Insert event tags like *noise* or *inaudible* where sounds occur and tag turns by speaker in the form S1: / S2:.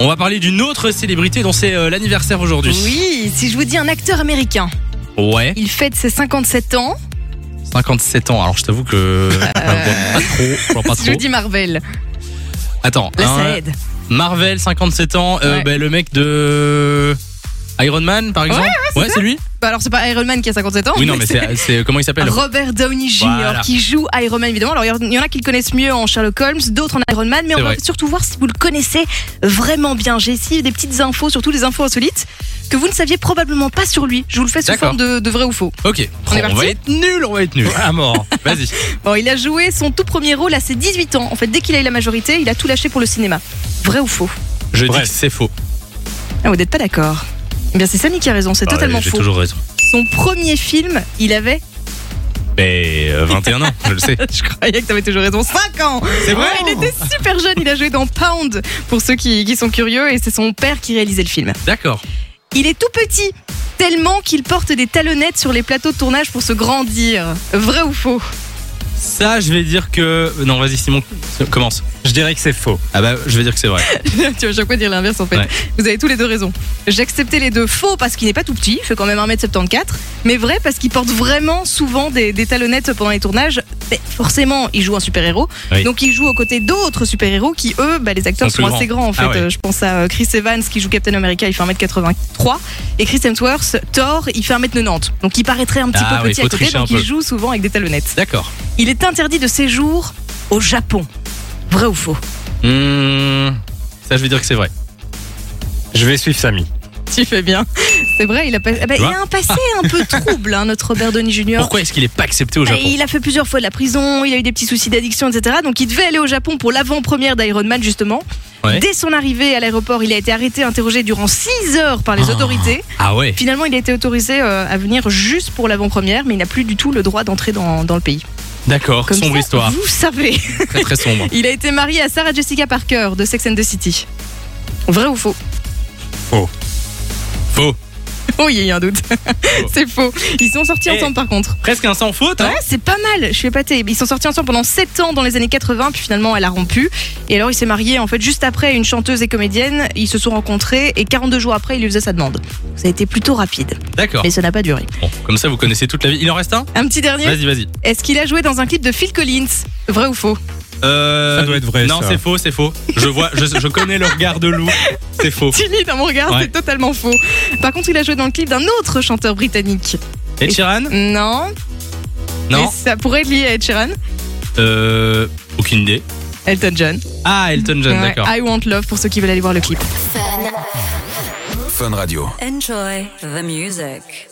S1: On va parler d'une autre célébrité dont c'est euh, l'anniversaire aujourd'hui.
S2: Oui, si je vous dis un acteur américain,
S1: Ouais,
S2: il fête ses 57 ans.
S1: 57 ans. Alors je t'avoue que je vois *laughs* pas trop, je
S2: *laughs*
S1: vois pas
S2: Si
S1: trop. Ah
S2: Euh, je vous dis Marvel,
S1: Attends,
S2: là
S1: hein,
S2: ça aide.
S1: Marvel 57 ans, euh,
S2: Ouais.
S1: ben, le mec de Iron Man par exemple. Ouais, c'est lui.
S2: Bah, alors c'est pas Iron Man qui a 57 ans.
S1: Oui non mais
S2: c'est
S1: c'est c'est- comment il s'appelle
S2: Robert Downey Jr.
S1: Voilà.
S2: qui joue Iron Man évidemment. Alors il y en- il y en a qui le connaissent mieux en Sherlock Holmes, d'autres en Iron Man, mais on
S1: C'est
S2: va
S1: vrai.
S2: surtout voir si vous le connaissez vraiment bien. J'ai ici des petites infos, surtout des infos insolites que vous ne saviez probablement pas sur lui. Je vous le fais sous
S1: D'accord.
S2: forme de, de vrai ou faux.
S1: Ok.
S2: On est
S1: on va
S2: parti
S1: être nul, on va être nul. À mort. Vas-y.
S2: Bon, il a joué son tout premier rôle à ses 18 ans. En fait, dès qu'il a eu la majorité, il a tout lâché pour le cinéma. Vrai ou faux
S1: Je dis
S3: Bref.
S1: que c'est faux.
S2: Ah, vous n'êtes pas d'accord. Eh bien, c'est Samy qui a raison, c'est
S1: Ah,
S2: totalement
S1: J'ai
S2: faux.
S1: toujours raison.
S2: Son premier film, il avait, *laughs*
S1: Mais euh, 21 ans, je le sais. Oh,
S2: je croyais que t'avais toujours raison, 5 ans
S1: C'est vrai.
S2: Ouais, Il était super jeune, il a joué dans Pound, pour ceux qui, qui sont curieux, et c'est son père qui réalisait le film.
S1: D'accord.
S2: Il est tout petit, tellement qu'il porte des talonnettes sur les plateaux de tournage pour se grandir. Vrai ou faux
S1: Ça, je vais dire que non. Vas-y Simon, commence.
S3: Je dirais que c'est faux.
S1: Ah bah, je vais dire que c'est vrai.
S2: *laughs* Tu vas chaque fois dire l'inverse en fait.
S1: Ouais.
S2: Vous avez tous les deux raison. J'acceptais les deux faux parce qu'il n'est pas tout petit, il fait quand même 1m74, mais vrai parce qu'il porte vraiment souvent des, des talonnettes pendant les tournages. Mais forcément, il joue un super-héros,
S1: Oui.
S2: donc il joue aux côtés d'autres super-héros qui, eux, bah, les acteurs
S1: Sont
S2: sont,
S1: plus
S2: assez
S1: grands.
S2: grands en fait.
S1: Ah ouais.
S2: Euh, Je pense à euh, Chris Evans qui joue Captain America, il fait 1m83, et Chris Hemsworth, Thor, il fait 1m90. Donc il paraîtrait un petit
S1: Ah
S2: peu
S1: oui,
S2: petit
S1: faut
S2: à côté,
S1: tricher un
S2: donc
S1: peu.
S2: il joue souvent avec des talonnettes.
S1: D'accord.
S2: Il est interdit de séjour au Japon. Vrai ou faux
S1: Hmm, ça, je vais dire que c'est vrai.
S3: Je vais suivre Samy.
S2: *laughs* Tu fais bien. C'est vrai, il a, pas- eh ben,
S1: Tu
S2: il
S1: vois
S2: a un passé un peu trouble, hein, notre Robert Downey Jr.
S1: Pourquoi est-ce qu'il est pas accepté au
S2: Bah,
S1: Japon
S2: il a fait plusieurs fois de la prison, il a eu des petits soucis d'addiction, etc. Donc il devait aller au Japon pour l'avant-première d'Iron Man, justement.
S1: Ouais.
S2: Dès son arrivée à l'aéroport, il a été arrêté, interrogé durant 6 heures par les
S1: Ah.
S2: autorités.
S1: Ah ouais.
S2: Finalement, il a été autorisé euh, à venir juste pour l'avant-première, mais il n'a plus du tout le droit d'entrer dans, dans le pays.
S1: D'accord.
S2: Comme
S1: Sombre
S2: ça,
S1: histoire.
S2: Vous savez.
S1: Très très
S2: *laughs*
S1: sombre.
S2: Il a été marié à Sarah Jessica Parker de Sex and the City. Vrai ou faux *laughs*
S1: Faux.
S2: Oh, il y a eu un doute. *laughs* C'est faux. Ils sont sortis
S1: Eh.
S2: ensemble par contre.
S1: Presque un sans faute. Hein
S2: Ouais, c'est pas mal, je suis épatée. Ils sont sortis ensemble pendant 7 ans dans les années 80, puis finalement elle a rompu. Et alors il s'est marié en fait juste après à une chanteuse et comédienne. Ils se sont rencontrés et 42 jours après il lui faisait sa demande. Ça a été plutôt rapide,
S1: D'accord.
S2: mais ça n'a pas duré.
S1: Bon, comme ça, vous connaissez toute la vie. Il en reste un
S2: Un petit dernier,
S1: Vas-y, vas-y.
S2: est-ce qu'il a joué dans un clip de Phil Collins Vrai ou faux
S1: Euh,
S3: Ça doit être vrai,
S1: Non,
S3: ça.
S1: c'est faux, c'est faux. Je vois, je, je connais le regard de loup. C'est faux.
S2: Tu lis dans hein, mon regard,
S1: Ouais.
S2: c'est totalement faux. Par contre, il a joué dans le clip d'un autre chanteur britannique.
S1: Et Chiran
S2: Non, mais
S1: Non.
S2: ça pourrait être lié à Ed Sheeran,
S1: Euh, aucune idée.
S2: Elton John.
S1: Ah, Elton John,
S2: Ouais,
S1: d'accord.
S2: I Want Love pour ceux qui veulent aller voir le clip.
S4: Fun Radio.
S5: Enjoy the music.